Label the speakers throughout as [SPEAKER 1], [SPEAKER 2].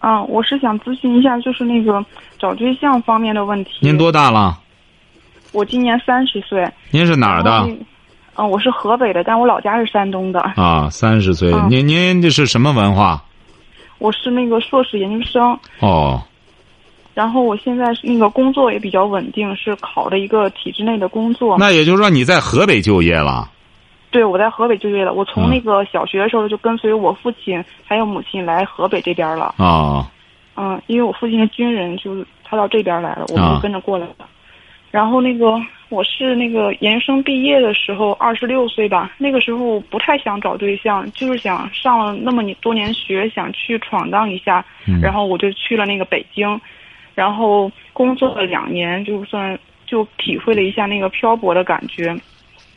[SPEAKER 1] 啊，我是想咨询一下，就是那个找对象方面的问题。
[SPEAKER 2] 您？多大了？
[SPEAKER 1] 我今年三十岁。
[SPEAKER 2] 您是哪儿
[SPEAKER 1] 然后
[SPEAKER 2] 的
[SPEAKER 1] 那？嗯，我是河北的，但我老家是山东的。
[SPEAKER 2] 啊，三十岁。
[SPEAKER 1] 嗯
[SPEAKER 2] 您您这是什么文化？
[SPEAKER 1] 我是那个硕士研究生，
[SPEAKER 2] 哦，
[SPEAKER 1] 然后我现在是那个工作也比较稳定，是考了一个体制内的工作。
[SPEAKER 2] 那也就是说你在河北就业了
[SPEAKER 1] 对，我在河北就业了。我从
[SPEAKER 2] 嗯
[SPEAKER 1] 那个小学的时候就跟随我父亲还有母亲来河北这边了。
[SPEAKER 2] 啊、
[SPEAKER 1] 嗯，因为我父亲是军人，就是他到这边来了，我们
[SPEAKER 2] 啊
[SPEAKER 1] 就跟着过来了。然后那个我是那个研究生毕业的时候，二十六岁吧，那个时候不太想找对象，就是想上了那么你多年学，想去闯荡一下。
[SPEAKER 2] 嗯
[SPEAKER 1] 然后我就去了那个北京，然后工作了两年，就算就体会了一下那个漂泊的感觉。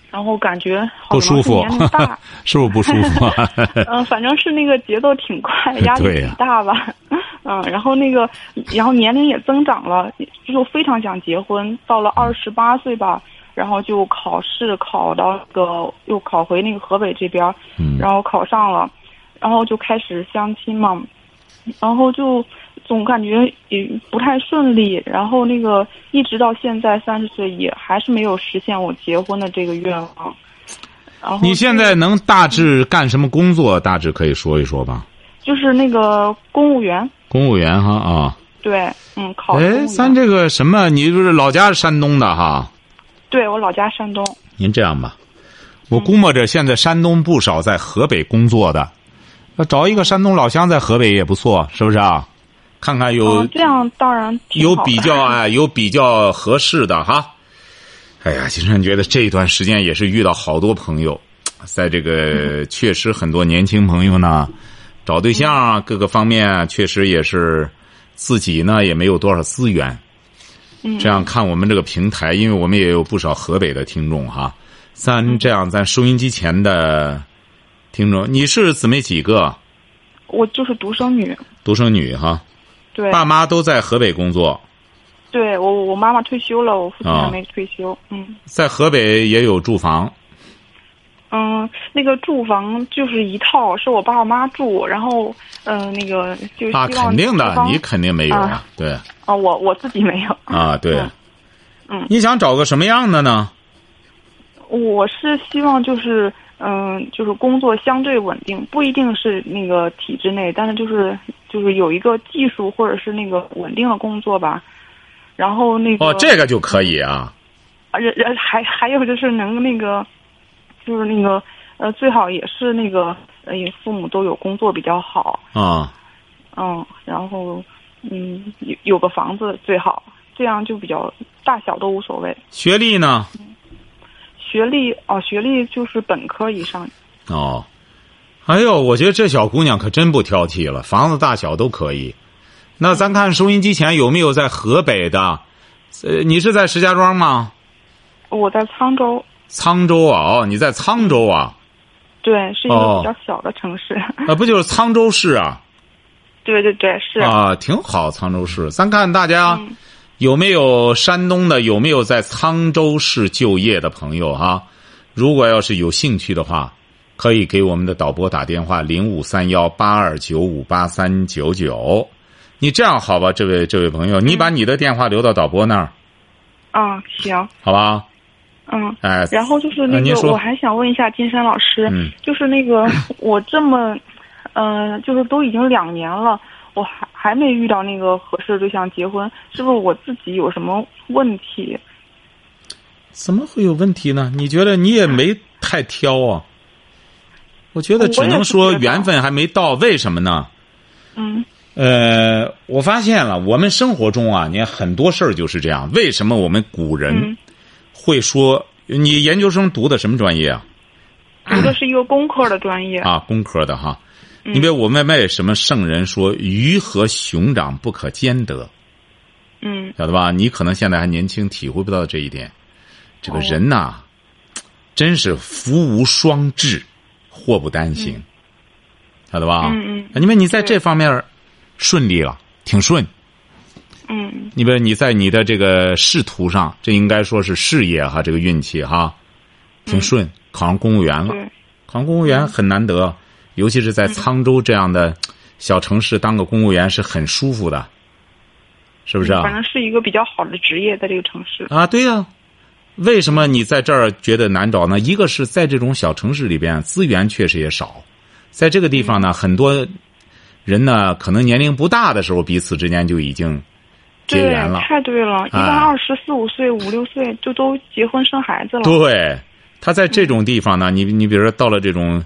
[SPEAKER 1] 然后感觉好
[SPEAKER 2] 不舒
[SPEAKER 1] 像是
[SPEAKER 2] 服
[SPEAKER 1] 年 龄大，，
[SPEAKER 2] 是不是不舒服啊？
[SPEAKER 1] 嗯，反正是那个节奏挺快，压力
[SPEAKER 2] 对呀
[SPEAKER 1] 挺大吧。嗯，然后那个，然后年龄也增长了，就是我非常想结婚。到了二十八岁吧，然后就考试考到那个，又考回那个河北这边儿，
[SPEAKER 2] 嗯
[SPEAKER 1] 然后考上了，然后就开始相亲嘛，然后就总感觉也不太顺利，然后那个一直到现在三十岁也还是没有实现我结婚的这个愿望。然后
[SPEAKER 2] 你现
[SPEAKER 1] 就
[SPEAKER 2] 在能大致干什么工作？大致可以说一说吧。
[SPEAKER 1] 就是那个公务员，
[SPEAKER 2] 公务员哈啊，
[SPEAKER 1] 对，嗯，考公务
[SPEAKER 2] 哎，
[SPEAKER 1] 员。
[SPEAKER 2] 咱这个什么，你就是老家是山东的哈？
[SPEAKER 1] 对我老家山东，
[SPEAKER 2] 您这样吧，我估摸着现在山东不少在河北工作的，那找一个山东老乡在河北也不错，是不是啊？看看有、
[SPEAKER 1] 嗯，这样当然挺
[SPEAKER 2] 有
[SPEAKER 1] 好
[SPEAKER 2] 比
[SPEAKER 1] 的
[SPEAKER 2] 较哎，有比较合适的哈。哎呀，金山觉得这段时间也是遇到好多朋友，在这个
[SPEAKER 1] 嗯
[SPEAKER 2] 确实很多年轻朋友呢，找对象啊，各个方面啊，确实也是自己呢也没有多少资源。
[SPEAKER 1] 嗯
[SPEAKER 2] 这样看我们这个平台，因为我们也有不少河北的听众哈。
[SPEAKER 1] 嗯
[SPEAKER 2] 咱这样，咱收音机前的听众，你是姊妹几个？
[SPEAKER 1] 我就是独生女，
[SPEAKER 2] 独生女哈，
[SPEAKER 1] 对，
[SPEAKER 2] 爸妈都在河北工作，
[SPEAKER 1] 对我我妈妈退休了，我父亲
[SPEAKER 2] 啊
[SPEAKER 1] 还没退休，嗯
[SPEAKER 2] 在河北也有住房。
[SPEAKER 1] 嗯，那个住房就是一套，是我爸我妈住，然后嗯、呃那个就希
[SPEAKER 2] 啊，
[SPEAKER 1] 望
[SPEAKER 2] 肯定
[SPEAKER 1] 对
[SPEAKER 2] 的，
[SPEAKER 1] 方
[SPEAKER 2] 你肯定没有
[SPEAKER 1] 啊
[SPEAKER 2] 对
[SPEAKER 1] 啊，我我自己没有，
[SPEAKER 2] 啊，对
[SPEAKER 1] 嗯，嗯
[SPEAKER 2] 你想找个什么样的呢？
[SPEAKER 1] 我是希望就是嗯、就是工作相对稳定，不一定是那个体制内，但是就是就是有一个技术或者是那个稳定的工作吧。然后那个
[SPEAKER 2] 哦，这个就可以啊，
[SPEAKER 1] 而且而且还还有就是能那个，就是那个呃，最好也是那个呃，父母都有工作比较好，
[SPEAKER 2] 啊，
[SPEAKER 1] 嗯，然后嗯，有有个房子最好，这样就比较大小都无所谓。
[SPEAKER 2] 学历呢？
[SPEAKER 1] 学历哦，学历就是本科以上，
[SPEAKER 2] 哦，哎呦，我觉得这小姑娘可真不挑剔了，房子大小都可以。
[SPEAKER 1] 嗯
[SPEAKER 2] 那咱看收音机前有没有在河北的？呃，你是在石家庄吗？
[SPEAKER 1] 我在沧州，
[SPEAKER 2] 沧州啊，哦，你在沧州啊？
[SPEAKER 1] 对，是一个
[SPEAKER 2] 哦
[SPEAKER 1] 比较小的城市，
[SPEAKER 2] 呃，不就是沧州市啊？
[SPEAKER 1] 对对对，是，
[SPEAKER 2] 啊，挺好，沧州市。咱看大家。
[SPEAKER 1] 嗯
[SPEAKER 2] 有没有山东的？有没有在沧州市就业的朋友哈、啊如果要是有兴趣的话，可以给我们的导播打电话零五三幺八二九五八三九九。你这样好吧，这位这位朋友，你把你的电话留到导播那儿，
[SPEAKER 1] 嗯，行，
[SPEAKER 2] 好吧？
[SPEAKER 1] 嗯。
[SPEAKER 2] 哎，
[SPEAKER 1] 然后就是
[SPEAKER 2] 呃
[SPEAKER 1] 那
[SPEAKER 2] 您
[SPEAKER 1] 个，
[SPEAKER 2] 说
[SPEAKER 1] 我还想问一下金山老师，
[SPEAKER 2] 嗯
[SPEAKER 1] 就是那 个我这么，呃，就是都已经两年了，我还还没遇到那个合适的对象结婚，是不是我自己有什么问题？
[SPEAKER 2] 怎么会有问题呢？你觉得你也没太挑啊？我觉得
[SPEAKER 1] 我
[SPEAKER 2] 只
[SPEAKER 1] 也
[SPEAKER 2] 能
[SPEAKER 1] 是
[SPEAKER 2] 说
[SPEAKER 1] 觉得
[SPEAKER 2] 缘分还没到，为什么呢？
[SPEAKER 1] 嗯
[SPEAKER 2] 呃，我发现了，我们生活中啊，你看很多事儿就是这样。为什么我们古人
[SPEAKER 1] 嗯，
[SPEAKER 2] 会说？你研究生读的什么专业啊？
[SPEAKER 1] 嗯
[SPEAKER 2] 啊
[SPEAKER 1] 读的是一个工科的专业，
[SPEAKER 2] 啊，工科的哈。
[SPEAKER 1] 嗯
[SPEAKER 2] 因为我们为什么圣人说鱼和熊掌不可兼得，
[SPEAKER 1] 嗯
[SPEAKER 2] 晓得吧？你可能现在还年轻，体会不到这一点。这个人呐、
[SPEAKER 1] 哦
[SPEAKER 2] 真是福无双至，祸不单行，晓得吧？
[SPEAKER 1] 嗯
[SPEAKER 2] 因为你在这方面儿顺利了，挺顺。
[SPEAKER 1] 嗯
[SPEAKER 2] 你比如你在你的这个仕途上，这应该说是事业哈，这个运气哈，挺顺，考上公务员了。
[SPEAKER 1] 嗯对嗯
[SPEAKER 2] 考上公务员很难得，尤其是在沧州这样的小城市当个公务员是很舒服的，是不是
[SPEAKER 1] 反
[SPEAKER 2] 啊？
[SPEAKER 1] 正是一个比较好的职业，在这个城市。
[SPEAKER 2] 啊，对呀、为什么你在这儿觉得难找呢？一个是在这种小城市里边资源确实也少，在这个地方呢，很多人呢可能年龄不大的时候彼此之间就已经结
[SPEAKER 1] 对
[SPEAKER 2] 缘了，。哎
[SPEAKER 1] 太对了，一般二十四五岁、五六岁就都结婚生孩子了。嗯
[SPEAKER 2] 对，他在这种地方呢，你你比如说到了这种，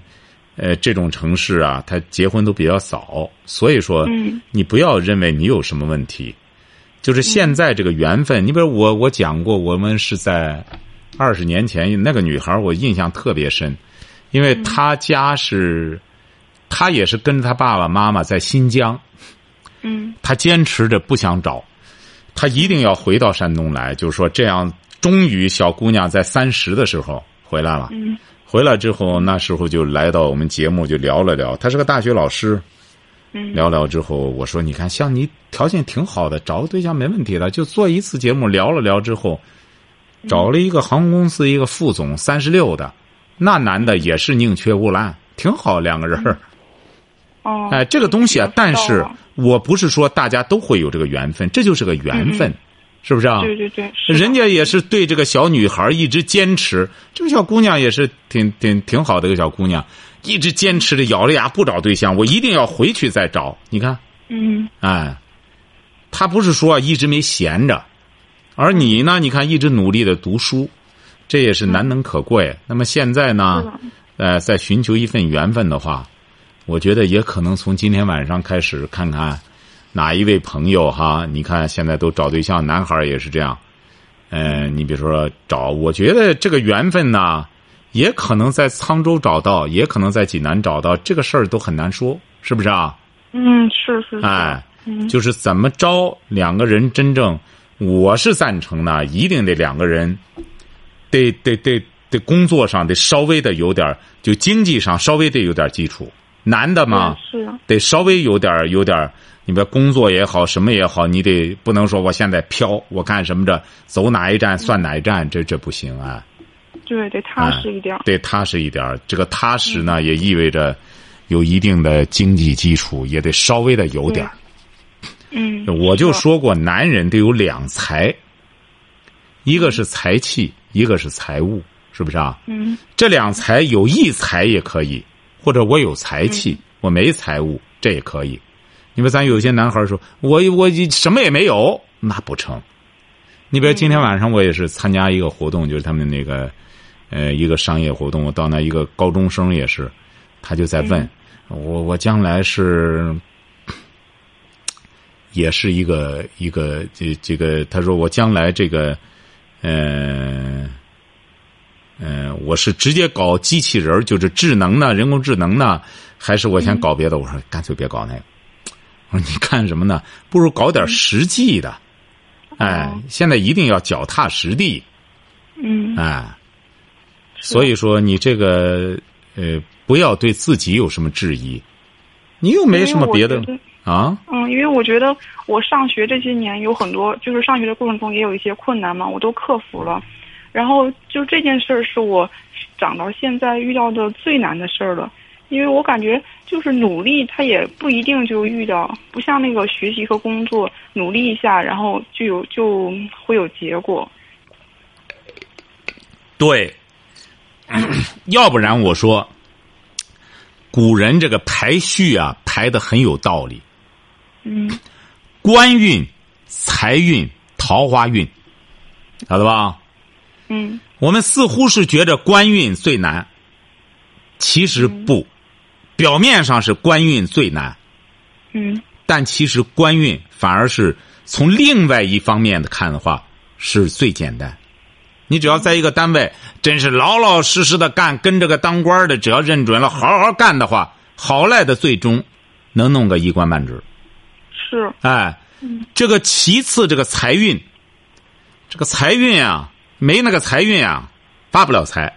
[SPEAKER 2] 呃，这种城市啊，他结婚都比较早，所以说，
[SPEAKER 1] 嗯
[SPEAKER 2] 你不要认为你有什么问题，就是
[SPEAKER 1] 嗯
[SPEAKER 2] 现在这个缘分。你比如我，我讲过，我们是在二十年前，那个女孩我印象特别深，因为她家是，她也是跟着她爸爸妈妈在新疆，
[SPEAKER 1] 嗯
[SPEAKER 2] 他坚持着不想找，他一定要回到山东来，就是说这样，终于小姑娘在三十的时候回来了。
[SPEAKER 1] 嗯
[SPEAKER 2] 回来之后，那时候就来到我们节目，就聊了聊。她是个大学老师，
[SPEAKER 1] 嗯
[SPEAKER 2] 聊聊之后，我说：“你看，像你条件挺好的，找个对象没问题的。就做一次节目，聊了聊之后，找了一个航空公司一个副总，三十六的，那男的也是宁缺毋滥，挺好，两个人儿。
[SPEAKER 1] 哦，
[SPEAKER 2] 哎，这个东西啊，但是
[SPEAKER 1] 了
[SPEAKER 2] 我不是说大家都会有这个缘分，这就是个缘分，是不是啊？
[SPEAKER 1] 对对对，嗯是的
[SPEAKER 2] 人家也是对这个小女孩一直坚持，这个小姑娘也是挺挺挺好的一个小姑娘，一直坚持着咬着牙不找对象，我一定要回去再找。你看，
[SPEAKER 1] 嗯
[SPEAKER 2] 哎，她不是说一直没闲着，而你呢，你看一直努力的读书，这也是难能可贵。那么现在呢
[SPEAKER 1] 嗯是的，
[SPEAKER 2] 呃，在寻求一份缘分的话，我觉得也可能从今天晚上开始看看哪一位朋友哈，你看现在都找对象，男孩儿也是这样。呃，你比如说找，我觉得这个缘分呢，也可能在沧州找到，也可能在济南找到，这个事儿都很难说，是不是啊？
[SPEAKER 1] 嗯是是是，
[SPEAKER 2] 哎，
[SPEAKER 1] 嗯
[SPEAKER 2] 就是怎么着，两个人真正，我是赞成呢，一定得两个人，得得得得工作上得稍微的有点儿，就经济上稍微得有点儿基础。男的嘛，
[SPEAKER 1] 对是
[SPEAKER 2] 得稍微有点儿有点儿，你别工作也好，什么也好，你得不能说我现在飘，我干什么这走哪一站算哪一站，这这不行啊。
[SPEAKER 1] 对得踏
[SPEAKER 2] 哎
[SPEAKER 1] 实一点儿。
[SPEAKER 2] 对，踏实一点儿。这个踏实呢，也意味着有一定的经济基础，也得稍微的有点儿。
[SPEAKER 1] 嗯，
[SPEAKER 2] 我就是说过，男人得有两才，一个是才气，一个是财务，是不是啊？
[SPEAKER 1] 嗯
[SPEAKER 2] 这两才有一才也可以，或者我有才气，我没财务，这也可以。你说咱有些男孩说，我我什么也没有，那不成。你比如今天晚上我也是参加一个活动，就是他们那个，呃，一个商业活动，我到那一个高中生也是，他就在问、我，我将来是。也是一个一个这这个，他说我将来这个，呃，嗯，我是直接搞机器人儿就是智能呢，人工智能呢，还是我先搞别的？我说干脆别搞那个。我说你干什么呢？不如搞点实际的。哎，现在一定要脚踏实地。
[SPEAKER 1] 嗯
[SPEAKER 2] 哎，所以说你这个呃，不要对自己有什么质疑，你又没什么别的
[SPEAKER 1] 因为我觉得
[SPEAKER 2] 啊。
[SPEAKER 1] 嗯，因为我觉得我上学这些年有很多，就是上学的过程中也有一些困难嘛，我都克服了。然后就这件事儿是我长到现在遇到的最难的事儿了，因为我感觉就是努力，它也不一定就遇到，不像那个学习和工作，努力一下，然后就有就会有结果。
[SPEAKER 2] 对， 要不然我说，古人这个排序啊，排的很有道理。
[SPEAKER 1] 嗯
[SPEAKER 2] 官运、财运、桃花运，晓得吧？
[SPEAKER 1] 嗯
[SPEAKER 2] 我们似乎是觉着官运最难，其实不，表面上是官运最难，
[SPEAKER 1] 嗯
[SPEAKER 2] 但其实官运反而是从另外一方面的看的话是最简单。你只要在一个单位，真是老老实实的干，跟这个当官的，只要认准了好好干的话，好赖的最终能弄个一官半职。
[SPEAKER 1] 是，
[SPEAKER 2] 哎，这个其次，这个财运，这个财运啊，没那个财运啊，发不了财，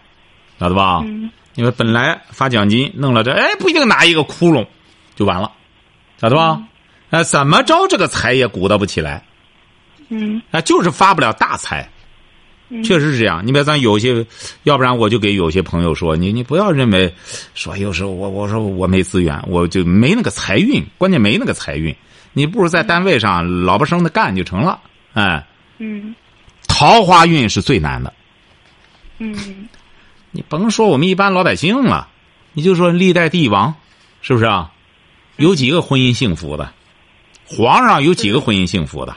[SPEAKER 2] 晓得吧？
[SPEAKER 1] 嗯
[SPEAKER 2] 因为本来发奖金，弄了这，哎，不一定拿一个窟窿，就完了，晓得吧？哎，怎么着这个财也鼓捣不起来，
[SPEAKER 1] 嗯
[SPEAKER 2] 哎，就是发不了大财。
[SPEAKER 1] 嗯
[SPEAKER 2] 确实是这样，你别咱有些，要不然我就给有些朋友说，你你不要认为说有时候我我说我没资源，我就没那个财运，关键没那个财运，你不如在单位上老不生的干就成了。哎，
[SPEAKER 1] 嗯
[SPEAKER 2] 桃花运是最难的，
[SPEAKER 1] 嗯
[SPEAKER 2] 你甭说我们一般老百姓了，你就说历代帝王，是不是啊？有几个婚姻幸福的？皇上有几个婚姻幸福的？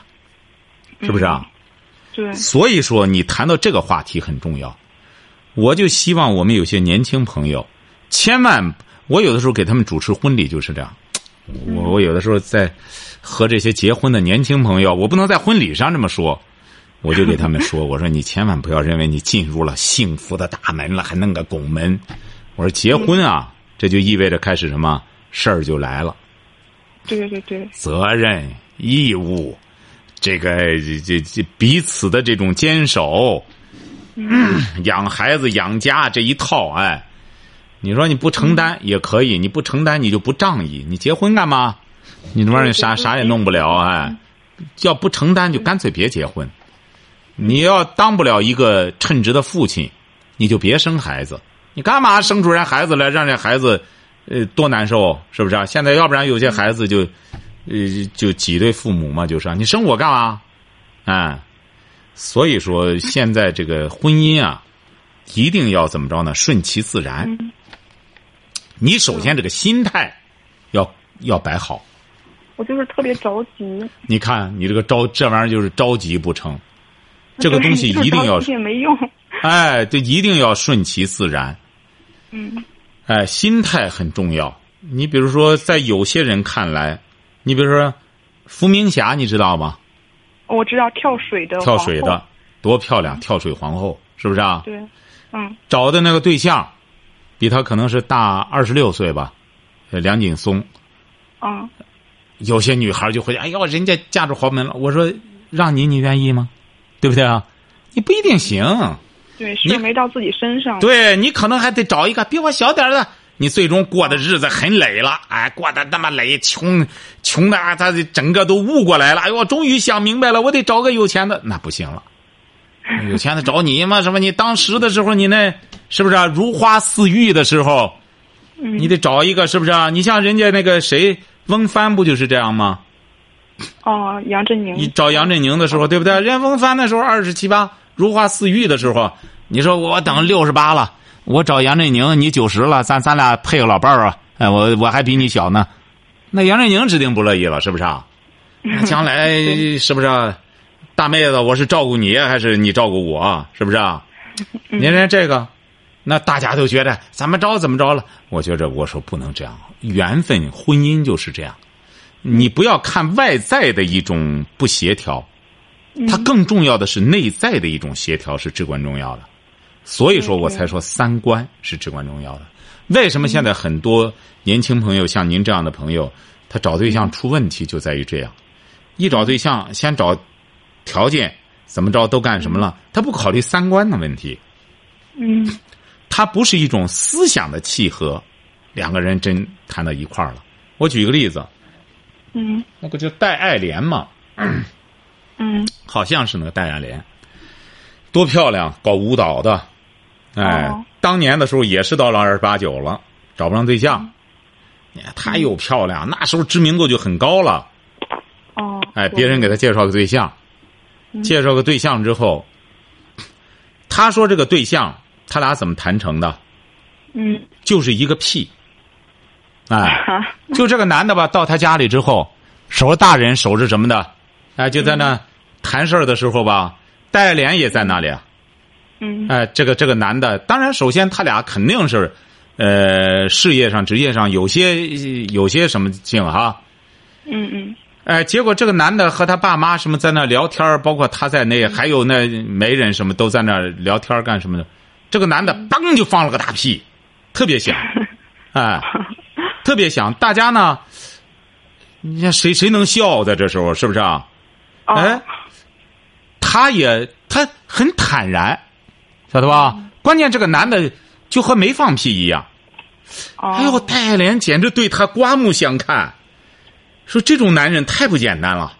[SPEAKER 2] 是不是啊？
[SPEAKER 1] 对，
[SPEAKER 2] 所以说，你谈到这个话题很重要。我就希望我们有些年轻朋友，千万，我有的时候给他们主持婚礼就是这样。我我有的时候在和这些结婚的年轻朋友，我不能在婚礼上这么说，我就给他们说，我说你千万不要认为你进入了幸福的大门了，还弄个拱门。我说结婚啊，这就意味着开始什么事儿就来了。
[SPEAKER 1] 对对对，
[SPEAKER 2] 责任、义务，这个这这这彼此的这种坚守，嗯 养孩子、养家这一套，哎，你说你不承担
[SPEAKER 1] 嗯
[SPEAKER 2] 也可以，你不承担你就不仗义，你结婚干嘛？你这玩意儿啥
[SPEAKER 1] 对对对
[SPEAKER 2] 啥也弄不了，哎，要不承担就干脆别结婚。你要当不了一个称职的父亲，你就别生孩子。你干嘛生出人孩子来，让这孩子，呃，多难受，是不是啊？现在要不然有些孩子就，呃，就挤兑父母嘛，就是啊，你生我干嘛？哎，所以说现在这个婚姻啊，一定要怎么着呢？顺其自然。你首先这个心态要要摆好。
[SPEAKER 1] 我就是特别着急，
[SPEAKER 2] 你看你这个着这玩意儿就是着急不成，这个东西
[SPEAKER 1] 就是
[SPEAKER 2] 一定 要
[SPEAKER 1] 着急也没用，
[SPEAKER 2] 哎，这一定要顺其自然。
[SPEAKER 1] 嗯
[SPEAKER 2] 哎，心态很重要。你比如说，在有些人看来，你比如说伏明霞，你知道吗？
[SPEAKER 1] 我知道跳水的
[SPEAKER 2] 跳水
[SPEAKER 1] 皇
[SPEAKER 2] 的
[SPEAKER 1] 后，嗯
[SPEAKER 2] 多漂亮，跳水皇后是不是啊？
[SPEAKER 1] 对，嗯
[SPEAKER 2] 找的那个对象，比她可能是大二十六岁吧，呃梁锦松。
[SPEAKER 1] 嗯
[SPEAKER 2] 有些女孩就会，哎呦，人家嫁入豪门了，我说让你，你愿意吗？对不对啊？你不一定行，
[SPEAKER 1] 对，事
[SPEAKER 2] 你
[SPEAKER 1] 没到自己身上，
[SPEAKER 2] 对你可能还得找一个比我小点儿的。你最终过的日子很累了，哎，过得那么累，穷穷的啊，他整个都悟过来了。哎呦，我终于想明白了，我得找个有钱的，那不行了。有钱的找你嘛？什么？你当时的时候，你那是不是、啊、如花似玉的时候？你得找一个是不是、啊？你像人家那个谁，翁帆不就是这样吗？
[SPEAKER 1] 哦，杨振宁
[SPEAKER 2] 你，找杨振宁的时候，对不对？人家翁帆那时候二十七八，如花似玉的时候，你说我等六十八了，我找杨振宁，你九十了，咱咱俩配个老伴儿啊！哎，我我还比你小呢，那杨振宁指定不乐意了，是不是啊？那将来是不是啊？大妹子，我是照顾你还是你照顾我啊？是不是啊？你看这个，那大家都觉得怎么着怎么着了。我觉着我说不能这样，缘分婚姻就是这样。你不要看外在的一种不协调，它更重要的是内在的一种协调是至关重要的。所以说我才说三观是至关重要的。为什么现在很多年轻朋友像您这样的朋友，他找对象出问题就在于这样：一找对象先找条件，怎么着都干什么了，他不考虑三观的问题。
[SPEAKER 1] 嗯
[SPEAKER 2] 它不是一种思想的契合，两个人真谈到一块儿了。我举个例子，
[SPEAKER 1] 嗯
[SPEAKER 2] 那个就戴爱莲嘛，
[SPEAKER 1] 嗯
[SPEAKER 2] 好像是那个戴爱莲，多漂亮，搞舞蹈的，哎，
[SPEAKER 1] 哦
[SPEAKER 2] 当年的时候也是到了二十八九了，找不上对象，哎你看她又漂亮，那时候知名度就很高了，
[SPEAKER 1] 哦，
[SPEAKER 2] 哎，别人给他介绍个对象，介绍个对象之后，他说这个对象他俩怎么谈成的？
[SPEAKER 1] 嗯
[SPEAKER 2] 就是一个屁，哎。
[SPEAKER 1] 啊
[SPEAKER 2] 就这个男的吧，到他家里之后，守着大人，守着什么的，哎，就在那、谈事儿的时候吧，戴莲也在那里啊。
[SPEAKER 1] 嗯
[SPEAKER 2] 哎，这个这个男的，当然，首先他俩肯定是，呃，事业上、职业上有些有些什么劲哈、
[SPEAKER 1] 嗯嗯
[SPEAKER 2] 哎，结果这个男的和他爸妈什么在那聊天儿包括他在内，还有那媒人什么都在那儿聊天儿干什么的。这个男的当就放了个大屁，特别响，哎，特别想大家呢，你看谁谁能笑在这时候是不是啊？
[SPEAKER 1] 啊、
[SPEAKER 2] 哎，他也他很坦然，晓得吧？关键这个男的就和没放屁一样。
[SPEAKER 1] 啊
[SPEAKER 2] 哎呦，戴爱莲简直对他刮目相看，说这种男人太不简单了。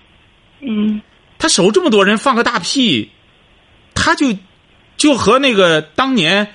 [SPEAKER 1] 嗯，
[SPEAKER 2] 他守这么多人放个大屁，他就就和那个当年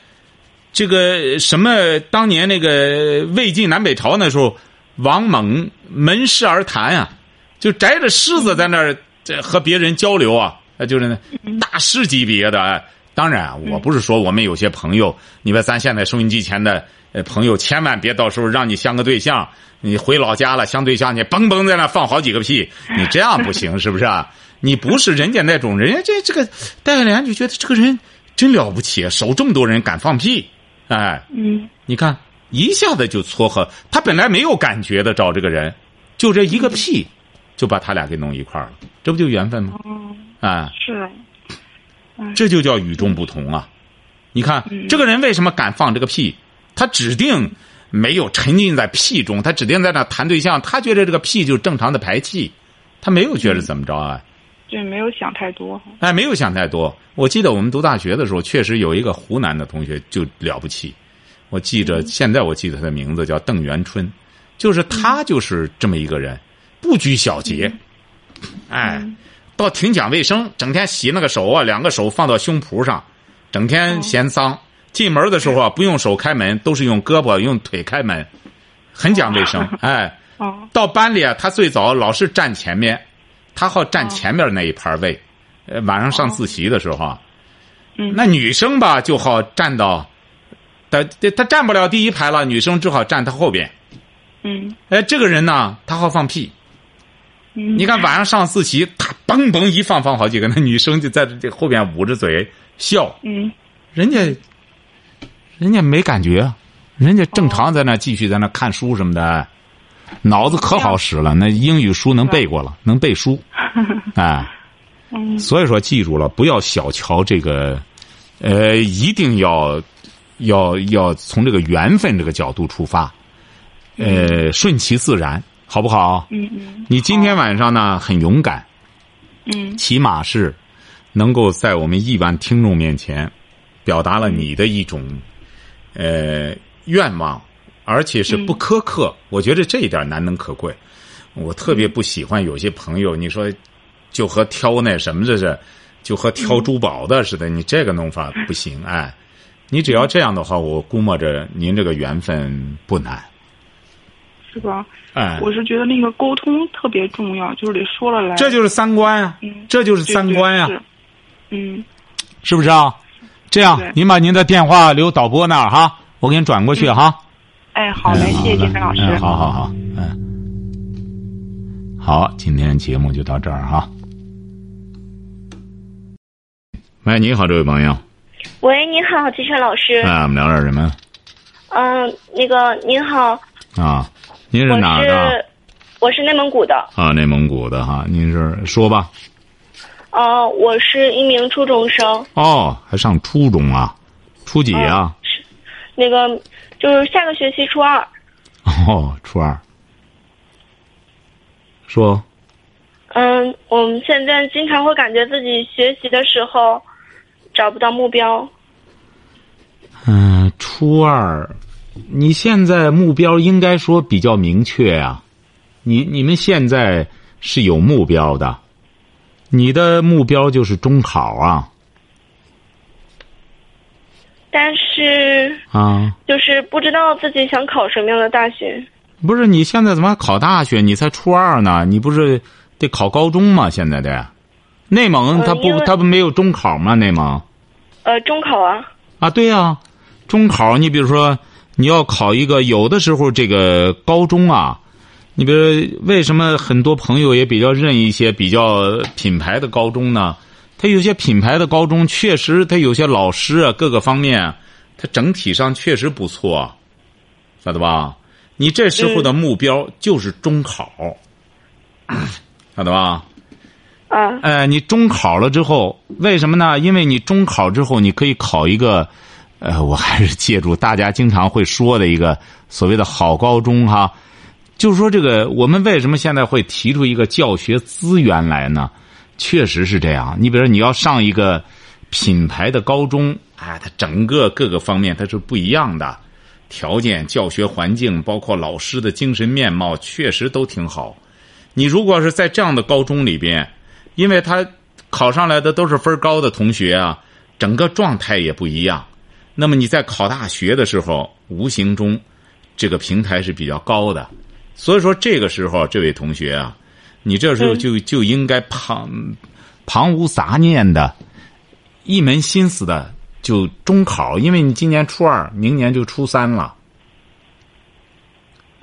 [SPEAKER 2] 这个什么当年那个魏晋南北朝那时候王猛门师而谈啊，就摘着狮子在那儿这和别人交流啊，呃就是那大师级别的。哎当然啊，我不是说我们有些朋友，你们咱现在收音机前的呃朋友，千万别到时候让你相个对象，你回老家了相对象，你嘣嘣在那放好几个屁，你这样不行，是不是啊？你不是人家那种人，人家这这个戴爱莲就觉得这个人真了不起，守这么多人敢放屁，哎，
[SPEAKER 1] 嗯，
[SPEAKER 2] 你看一下子就撮合，他本来没有感觉的找这个人，就这一个屁，就把他俩给弄一块儿了，这不就缘分吗？啊、
[SPEAKER 1] 是，
[SPEAKER 2] 这就叫与众不同啊！你看这个人为什么敢放这个屁？他指定没有沉浸在屁中，他指定在那谈对象，他觉得这个屁就是正常的排气，他没有觉得怎么着啊。
[SPEAKER 1] 对，没有想太多。
[SPEAKER 2] 哎，没有想太多。我记得我们读大学的时候，确实有一个湖南的同学就了不起。我记着，现在我记得他的名字叫邓元春，就是他就是这么一个人，不拘小节，哎，倒挺讲卫生，整天洗那个手啊，两个手放到胸脯上，整天嫌脏。进门的时候啊，不用手开门，都是用胳膊用腿开门，很讲卫生。哎，
[SPEAKER 1] 哦，
[SPEAKER 2] 到班里啊，他最早老是站前面，他好站前面那一排位。呃，晚上上自习的时候啊，
[SPEAKER 1] 哦嗯
[SPEAKER 2] 那女生吧就好站到，她她她站不了第一排了，女生只好站她后边。
[SPEAKER 1] 嗯
[SPEAKER 2] 哎，这个人呢，他好放屁。
[SPEAKER 1] 嗯
[SPEAKER 2] 你看晚上上自习，他嘣嘣一放放好几个，那女生就在这后边捂着嘴笑，
[SPEAKER 1] 嗯
[SPEAKER 2] 人家，人家没感觉啊，人家正常在那继续在那看书什么的，脑子可好使了，那英语书能背过了，能背书，哎，
[SPEAKER 1] 嗯
[SPEAKER 2] 所以说记住了，不要小瞧这个，呃，一定要要要从这个缘分这个角度出发，呃，顺其自然，好不好？
[SPEAKER 1] 嗯嗯
[SPEAKER 2] 你今天晚上呢很勇敢，
[SPEAKER 1] 嗯
[SPEAKER 2] 起码是能够在我们亿万听众面前表达了你的一种呃愿望，而且是
[SPEAKER 1] 嗯
[SPEAKER 2] 不苛刻。我觉得这一点难能可贵。我特别不喜欢有些朋友，你说就和挑那什么这是，就和挑珠宝的似的，你这个弄法不行。哎，你只要这样的话，我估摸着您这个缘分不难。
[SPEAKER 1] 是吧？
[SPEAKER 2] 哎，
[SPEAKER 1] 我是觉得那个沟通特别重要，就是得说了来。
[SPEAKER 2] 这就是三观啊，
[SPEAKER 1] 嗯
[SPEAKER 2] 这就是
[SPEAKER 1] 对
[SPEAKER 2] 三
[SPEAKER 1] 对
[SPEAKER 2] 观啊。
[SPEAKER 1] 是嗯，
[SPEAKER 2] 是不是啊？这样
[SPEAKER 1] 对，
[SPEAKER 2] 您把您的电话留导播那儿哈，我给你转过去哈。
[SPEAKER 1] 哎，好嘞，谢谢金山老师。
[SPEAKER 2] 嗯，好好好，嗯，好，今天节目就到这儿哈。喂，你好，这位朋友，
[SPEAKER 3] 喂，你好，金山老师。
[SPEAKER 2] 哎，我们聊点什么
[SPEAKER 3] 嗯、那个您好，
[SPEAKER 2] 啊？您是
[SPEAKER 3] 我
[SPEAKER 2] 哪儿的
[SPEAKER 3] 是我是内蒙古的。
[SPEAKER 2] 啊？内蒙古的哈，您是说吧？
[SPEAKER 3] 呃，我是一名初中生。
[SPEAKER 2] 哦，还上初中啊？初几啊？
[SPEAKER 3] 那个就是下个学期初二。
[SPEAKER 1] 嗯
[SPEAKER 2] 哦，初二。说
[SPEAKER 3] 嗯、我们现在经常会感觉自己学习的时候找不到目标。
[SPEAKER 2] 嗯，初二，你现在目标应该说比较明确呀、你你们现在是有目标的，你的目标就是中考啊
[SPEAKER 3] 但是
[SPEAKER 2] 啊！
[SPEAKER 3] 就是不知道自己想考什么样的大学。
[SPEAKER 2] 不是，你现在怎么还考大学？你才初二呢，你不是得考高中吗？现在得，内蒙
[SPEAKER 3] 呃
[SPEAKER 2] 它不
[SPEAKER 3] 因为
[SPEAKER 2] 它不没有中考吗？内蒙
[SPEAKER 3] 呃，中考啊，
[SPEAKER 2] 啊，对呀、中考你比如说你要考一个，有的时候这个高中啊，你比如为什么很多朋友也比较认一些比较品牌的高中呢？他有些品牌的高中确实，他有些老师啊，各个方面啊，他整体上确实不错啊，晓得吧？你这时候的目标就是中考，晓得吧？
[SPEAKER 3] 啊，
[SPEAKER 2] 呃，你中考了之后，为什么呢？因为你中考之后，你可以考一个，呃， 我还是借助大家经常会说的一个所谓的好高中哈，就是说这个我们为什么现在会提出一个教学资源来呢？确实是这样。你比如说你要上一个品牌的高中，啊，它整个各个方面它是不一样的，条件、教学环境，包括老师的精神面貌，确实都挺好。你如果是在这样的高中里边，因为他考上来的都是分高的同学啊，整个状态也不一样。那么你在考大学的时候，无形中，这个平台是比较高的，所以说这个时候，这位同学啊，你这时候就就应该旁旁无杂念的，一门心思的就中考，因为你今年初二，明年就初三了，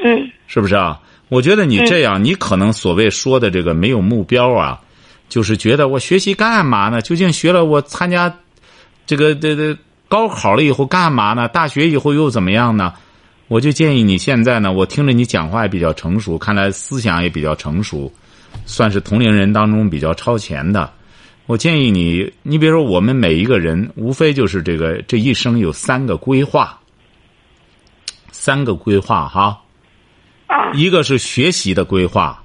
[SPEAKER 3] 嗯
[SPEAKER 2] 是不是啊？我觉得你这样，你可能所谓说的这个没有目标啊，就是觉得我学习干嘛呢？究竟学了我参加这个这这高考了以后干嘛呢？大学以后又怎么样呢？我就建议你现在呢，我听着你讲话也比较成熟，看来思想也比较成熟，算是同龄人当中比较超前的。我建议你，你比如说我们每一个人，无非就是这个这一生有三个规划，三个规划哈。
[SPEAKER 3] 啊
[SPEAKER 2] 一个是学习的规划，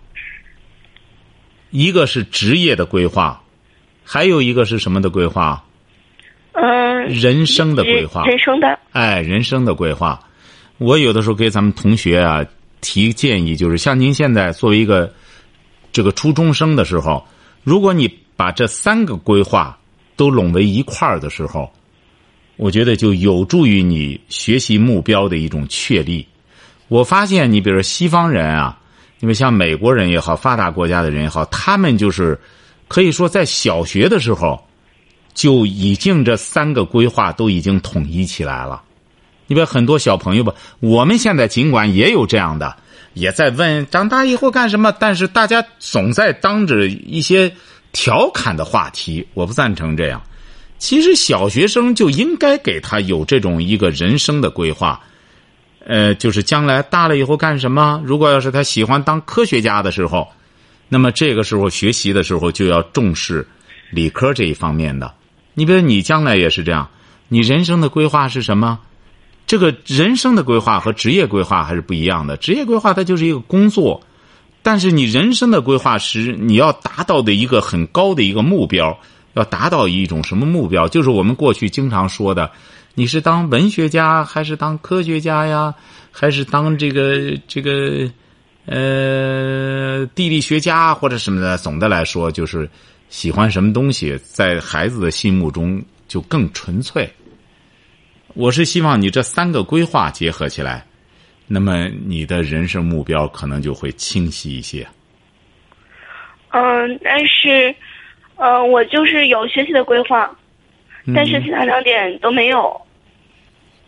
[SPEAKER 2] 一个是职业的规划，还有一个是什么的规划？
[SPEAKER 3] 嗯，
[SPEAKER 2] 人生的规划。
[SPEAKER 3] 人生的
[SPEAKER 2] 哎，人生的规划。我有的时候给咱们同学啊提建议，就是像您现在作为一个这个初中生的时候，如果你把这三个规划都拢为一块儿的时候，我觉得就有助于你学习目标的一种确立。我发现，你比如说西方人啊，因为像美国人也好，发达国家的人也好，他们就是可以说在小学的时候就已经这三个规划都已经统一起来了。你比如很多小朋友吧，我们现在尽管也有这样的，也在问长大以后干什么，但是大家总在当着一些调侃的话题，我不赞成这样。其实小学生就应该给他有这种一个人生的规划，呃，就是将来大了以后干什么？如果要是他喜欢当科学家的时候，那么这个时候学习的时候就要重视理科这一方面的。你比如你将来也是这样，你人生的规划是什么？这个人生的规划和职业规划还是不一样的。职业规划它就是一个工作，但是你人生的规划是你要达到的一个很高的一个目标，要达到一种什么目标？就是我们过去经常说的，你是当文学家还是当科学家呀，还是当这个这个呃地理学家或者什么的？总的来说，就是喜欢什么东西，在孩子的心目中就更纯粹。我是希望你这三个规划结合起来，那么你的人生目标可能就会清晰一些。
[SPEAKER 3] 嗯，但是，呃，我就是有学习的规划，
[SPEAKER 2] 嗯
[SPEAKER 3] 但是其他两点都没有，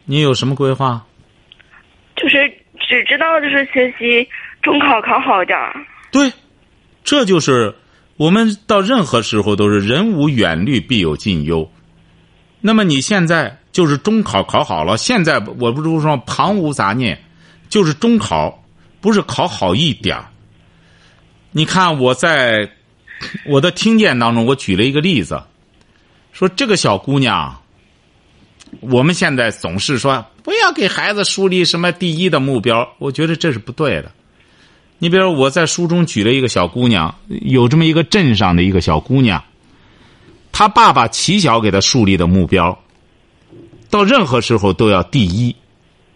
[SPEAKER 2] 你有什么规划？
[SPEAKER 3] 就是只知道就是学习中考考好点儿。
[SPEAKER 2] 对，这就是我们到任何时候都是人无远虑，必有近忧。那么你现在就是中考考好了，现在我不是说旁无杂念，就是中考不是考好一点儿。你看我在我的听见当中，我举了一个例子，说这个小姑娘，我们现在总是说不要给孩子树立什么第一的目标，我觉得这是不对的。你比如我在书中举了一个小姑娘，有这么一个镇上的一个小姑娘，她爸爸起小给她树立的目标，到任何时候都要第一，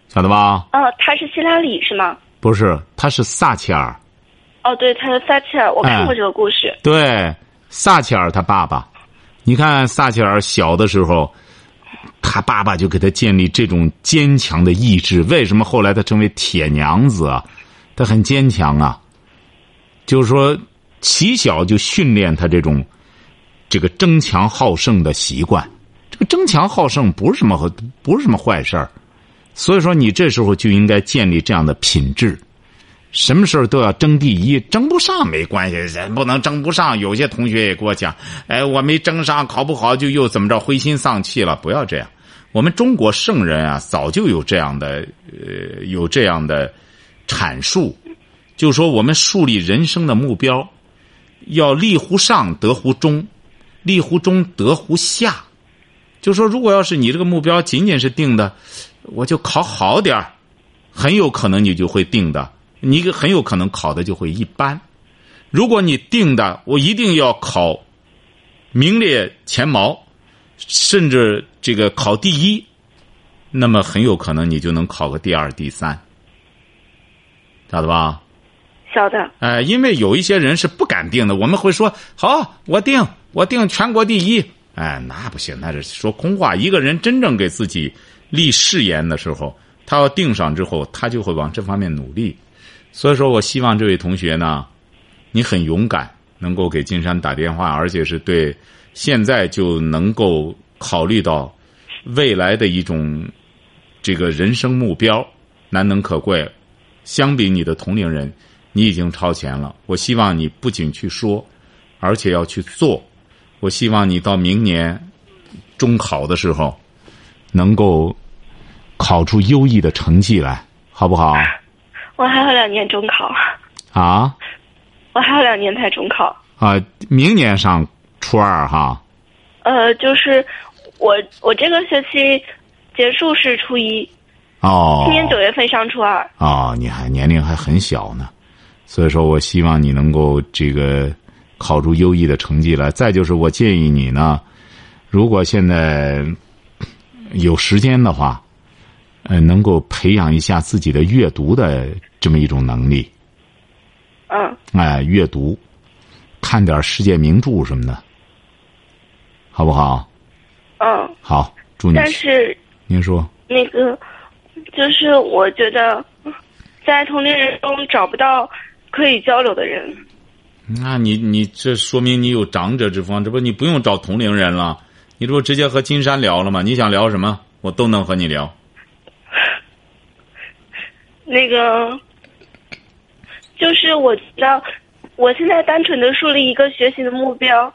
[SPEAKER 2] 晓得吧？
[SPEAKER 3] 哦、他是希拉里是吗？
[SPEAKER 2] 不是，她是撒切尔，
[SPEAKER 3] 哦，对，他撒切尔，我看过这个故事。
[SPEAKER 2] 对，撒切尔他爸爸，你看撒切尔小的时候，他爸爸就给他建立这种坚强的意志。为什么后来他成为铁娘子啊？他很坚强啊，就是说，起小就训练他这种这个争强好胜的习惯。这个争强好胜不是什么好不是什么坏事儿，所以说你这时候就应该建立这样的品质。什么事儿都要争第一，争不上没关系，人不能争不上。有些同学也给我讲，哎，我没争上，考不好就又怎么着，灰心丧气了。不要这样，我们中国圣人啊，早就有这样的呃，有这样的阐述，就是说我们树立人生的目标，要立乎上，得乎中；立乎中，得乎下。就说如果要是你这个目标仅仅是定的，我就考好点儿，很有可能你就会定的，你很有可能考的就会一般。如果你定的我一定要考名列前茅，甚至这个考第一，那么很有可能你就能考个第二、第三，晓得吧？
[SPEAKER 3] 晓得。
[SPEAKER 2] 哎，因为有一些人是不敢定的，我们会说好，我定，我定全国第一。哎，那不行，那是说空话。一个人真正给自己立誓言的时候，他要定上之后，他就会往这方面努力。所以说我希望这位同学呢，你很勇敢，能够给金山打电话，而且是对现在就能够考虑到未来的一种这个人生目标，难能可贵。相比你的同龄人。你已经超前了，我希望你不仅去说，而且要去做。我希望你到明年中考的时候，能够考出优异的成绩来，好不好？
[SPEAKER 3] 我还有两年中考。
[SPEAKER 2] 啊？
[SPEAKER 3] 我还有两年才中考。
[SPEAKER 2] 啊、呃，明年上初二哈。
[SPEAKER 3] 呃，就是我我这个学期结束是初一。
[SPEAKER 2] 哦。
[SPEAKER 3] 今年九月份上初二。
[SPEAKER 2] 哦，你还年龄还很小呢。所以说我希望你能够这个考出优异的成绩来。再就是，我建议你呢，如果现在有时间的话，呃，能够培养一下自己的阅读的这么一种能力。
[SPEAKER 3] 嗯。
[SPEAKER 2] 哎，阅读，看点世界名著什么的，好不好？
[SPEAKER 3] 嗯。
[SPEAKER 2] 好，祝你。
[SPEAKER 3] 但是。
[SPEAKER 2] 您说。
[SPEAKER 3] 那个，就是我觉得在同龄人中找不到。可以交流的人，
[SPEAKER 2] 那你你这说明你有长者之风，这不你不用找同龄人了，你这不直接和金山聊了吗？你想聊什么，我都能和你聊。
[SPEAKER 3] 那个，就是我知道，我现在单纯的树立一个学习的目标，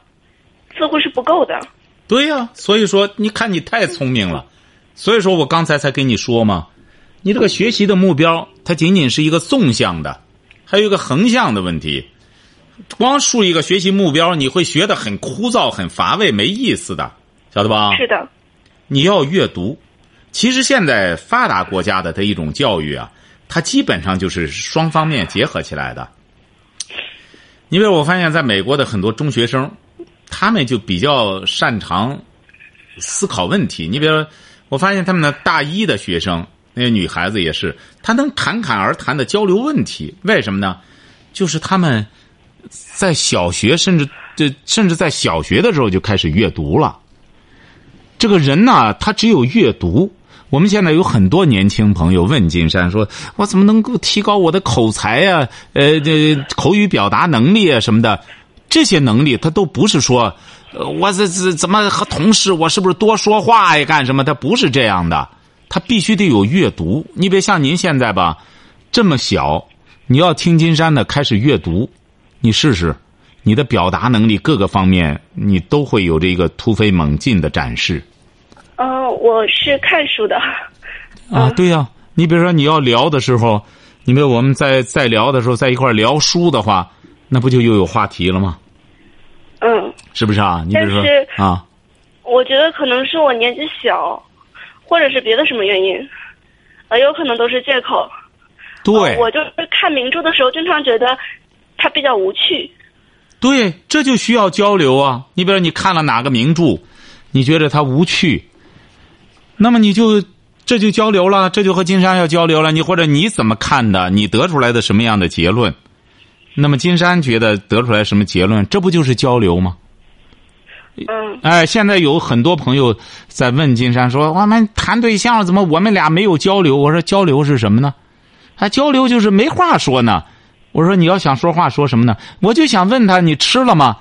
[SPEAKER 3] 似乎是不够的。
[SPEAKER 2] 对呀、啊，所以说你看你太聪明了，所以说我刚才才跟你说嘛，你这个学习的目标，它仅仅是一个纵向的。还有一个横向的问题，光树一个学习目标，你会学得很枯燥、很乏味、没意思的，晓得吧？
[SPEAKER 3] 是的。
[SPEAKER 2] 你要阅读。其实现在发达国家的这一种教育啊，它基本上就是双方面结合起来的。因为我发现，在美国的很多中学生，他们就比较擅长思考问题。你比如，我发现他们的大一的学生。那些女孩子也是，她能侃侃而谈的交流问题，为什么呢？就是他们在小学，甚至这甚至在小学的时候就开始阅读了。这个人呢，他只有阅读。我们现在有很多年轻朋友问金山说：“我怎么能够提高我的口才呀、啊？呃，这口语表达能力啊什么的，这些能力他都不是说，呃、我这这怎么和同事我是不是多说话呀？干什么？他不是这样的。”他必须得有阅读，你别像您现在吧，这么小，你要听金山的开始阅读，你试试，你的表达能力各个方面你都会有这个突飞猛进的展示。
[SPEAKER 3] 呃，我是看书的。
[SPEAKER 2] 呃、
[SPEAKER 3] 嗯
[SPEAKER 2] 啊，对呀、啊，你比如说你要聊的时候，你比如我们在在聊的时候在一块聊书的话，那不就又有话题了吗？
[SPEAKER 3] 嗯。
[SPEAKER 2] 是不是啊？你比如说啊。
[SPEAKER 3] 我觉得可能是我年纪小。或者是别的什么原因，呃，有可能都是借口。
[SPEAKER 2] 对、
[SPEAKER 3] 呃，我就是看名著的时候，经常觉得它比较无趣。
[SPEAKER 2] 对，这就需要交流啊！你比如你看了哪个名著，你觉得它无趣，那么你就这就交流了，这就和金山要交流了。你或者你怎么看的，你得出来的什么样的结论？那么金山觉得得出来什么结论，这不就是交流吗？
[SPEAKER 3] 嗯，
[SPEAKER 2] 哎，现在有很多朋友在问金山说：“我们谈对象怎么我们俩没有交流？”我说：“交流是什么呢？啊，交流就是没话说呢。”我说：“你要想说话，说什么呢？”我就想问他：“你吃了吗？”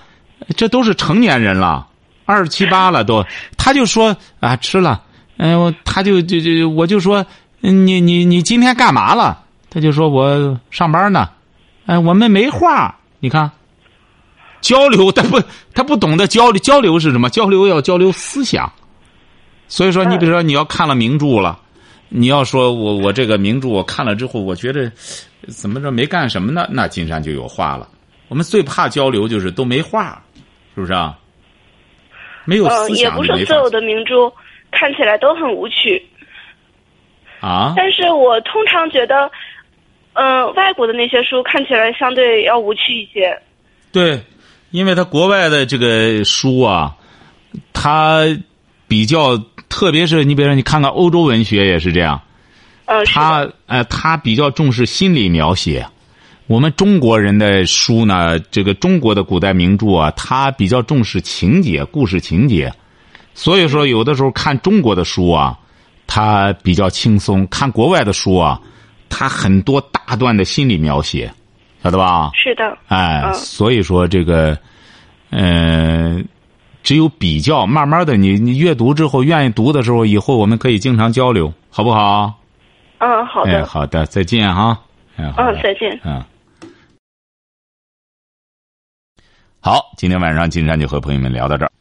[SPEAKER 2] 这都是成年人了，二十七八了都。他就说：“啊，吃了。哎”嗯，他就就就我就说：“嗯你你你今天干嘛了？”他就说：“我上班呢。”哎，我们没话，你看。交流，他不，他不懂得交流。交流是什么？交流要交流思想。所以说，你比如说，你要看了名著了，你要说我我这个名著我看了之后，我觉得怎么着没干什么呢？那金山就有话了。我们最怕交流就是都没话，是不是啊？没有
[SPEAKER 3] 呃，
[SPEAKER 2] 思
[SPEAKER 3] 也
[SPEAKER 2] 想
[SPEAKER 3] 不
[SPEAKER 2] 你
[SPEAKER 3] 是
[SPEAKER 2] 没
[SPEAKER 3] 所
[SPEAKER 2] 法
[SPEAKER 3] 有的明珠看起来都很无趣，
[SPEAKER 2] 啊，
[SPEAKER 3] 但是我通常觉得，嗯、外国的那些书看起来相对要无趣一些。
[SPEAKER 2] 对，因为他国外的这个书啊，他比较，特别是你比如说你看看欧洲文学也是这样，
[SPEAKER 3] 嗯、是的
[SPEAKER 2] 他呃他比较重视心理描写。我们中国人的书呢，这个中国的古代名著啊，它比较重视情节、故事情节，所以说有的时候看中国的书啊，它比较轻松；看国外的书啊，它很多大段的心理描写，晓得吧？
[SPEAKER 3] 是的，
[SPEAKER 2] 哎，
[SPEAKER 3] 嗯
[SPEAKER 2] 所以说这个，呃，只有比较，慢慢的你，你阅读之后，愿意读的时候，以后我们可以经常交流，好不好？
[SPEAKER 3] 嗯，好
[SPEAKER 2] 哎，
[SPEAKER 3] 的，
[SPEAKER 2] 好的，再见哈。哎，好
[SPEAKER 3] 嗯
[SPEAKER 2] 的，
[SPEAKER 3] 再见。
[SPEAKER 2] 嗯。好，今天晚上金山就和朋友们聊到这儿。